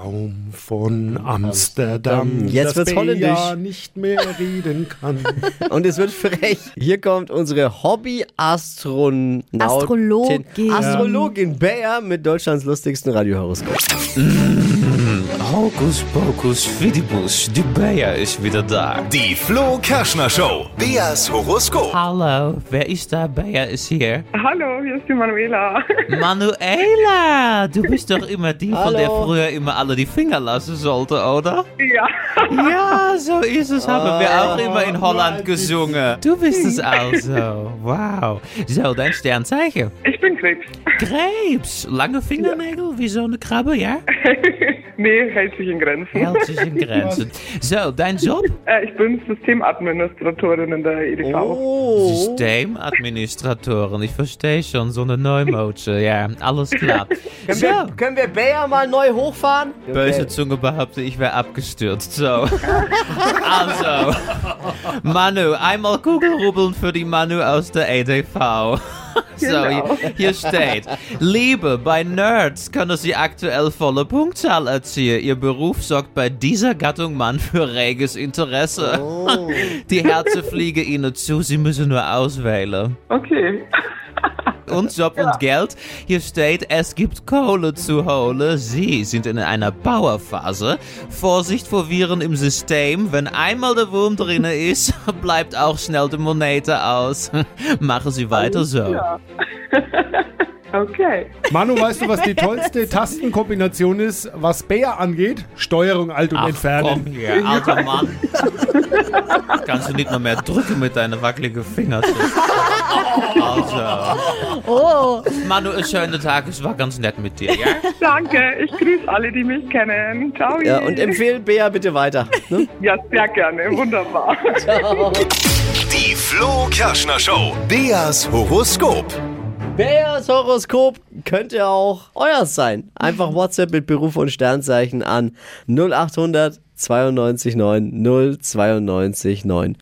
Traum von Amsterdam, Jetzt das wird's holländisch. Bea nicht mehr reden kann. Und es wird frech. Hier kommt unsere Hobby-Astronautin. Astrologin. Astrologin Bea mit Deutschlands lustigsten Radiohoroskop. Hocus pocus fidibus, die Bea ist wieder da. Die Flo Kerschner Show. Beas Horoskop. Hallo, wer ist da? Bea ist hier. Hallo, hier ist die Manuela. Manuela, du bist doch immer die, von der Hallo. früher immer alle die Finger lassen sollte, oder? ja, Ja, so ist es. Haben wir auch immer in Holland gesungen. Du bist es also. Wow. So, dein Sternzeichen. ich bin Krebs. Krebs. Lange Fingernägel, wie so eine Krabbe, ja? nee, hält sich in Grenzen. Hält sich in Grenzen. So, dein Job? Äh, ich bin Systemadministratorin in der E EDV. Oh. Systemadministratoren. Ich verstehe schon, so eine Neumotsche. Ja, alles klar. Können, So. wir, können wir Bea mal neu hochfahren? Böse Zunge behauptet, ich wäre abgestürzt. So. also. Manu, einmal Kugelrubbeln für die Manu aus der EDV. So, Genau. hier- hier steht, Liebe, bei Nerds können Sie aktuell volle Punktzahl erzielen. Ihr Beruf sorgt bei dieser Gattung Mann für reges Interesse. Oh. Die Herzen fliegen Ihnen zu, Sie müssen nur auswählen. Okay. und Job und Geld. Hier steht, es gibt Kohle zu holen. Sie sind in einer Bauerphase. Vorsicht vor Viren im System. Wenn einmal der Wurm drinnen ist, bleibt auch schnell die Monete aus. Machen Sie weiter so. Okay. Manu, weißt du, was die tollste Tastenkombination ist, was Bea angeht? Steuerung, Alt und Entfernen. komm hier, alter Mann. Kannst du nicht mal mehr drücken mit deinen wackeligen Fingern. Also. Oh, Manu, einen schönen Tag. Es war ganz nett mit dir, ja? Danke, ich grüße alle, die mich kennen. Ciao. Ja, und empfehlen Bea bitte weiter. Ne? ja, sehr gerne. Wunderbar. Die Flo Kerschner Show. Beas Horoskop. Beas Horoskop könnte auch euer sein. Einfach WhatsApp mit Beruf und Sternzeichen an 0800 92 9 092 9.